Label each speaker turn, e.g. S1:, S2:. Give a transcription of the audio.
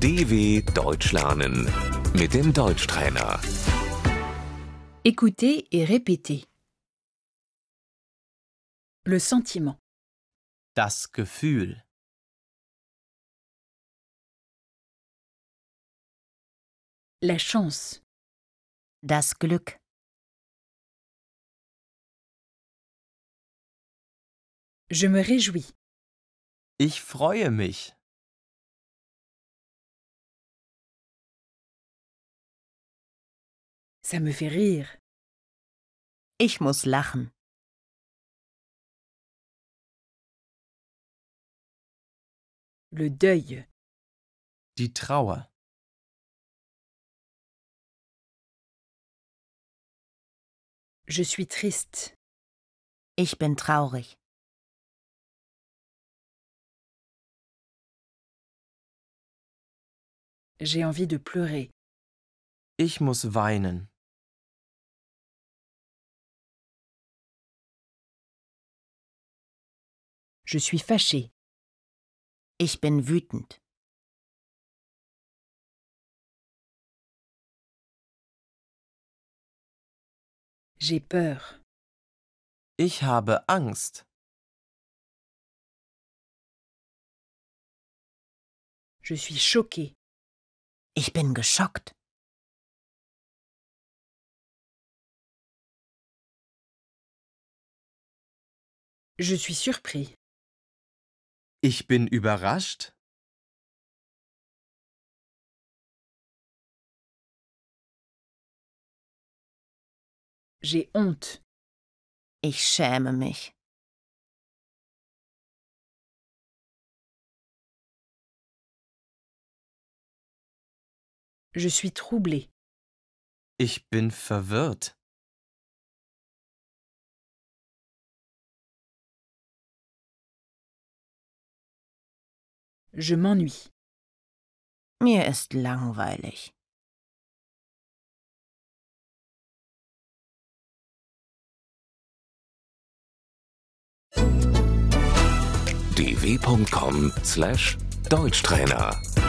S1: DW Deutsch lernen mit dem Deutschtrainer.
S2: Écoutez et répétez. Le sentiment,
S3: Das Gefühl.
S2: la chance,
S4: Das Glück,
S2: je me réjouis,
S3: Ich freue mich.
S2: ça me fait rire,
S4: ich muss lachen,
S2: le deuil,
S3: Die Trauer.
S2: je suis triste,
S4: ich bin traurig,
S2: j'ai envie de pleurer,
S3: Ich muss weinen.
S2: je suis fâché,
S4: ich bin wütend,
S2: j'ai peur,
S3: Ich habe Angst.
S2: je suis choqué,
S4: ich bin geschockt,
S2: je suis surpris,
S3: Ich bin überrascht.
S2: j'ai honte,
S4: ich schäme mich,
S2: je suis troublé,
S3: Ich bin verwirrt.
S2: je m'ennuie,
S4: mir ist langweilig,
S1: dw.com/deutschtrainer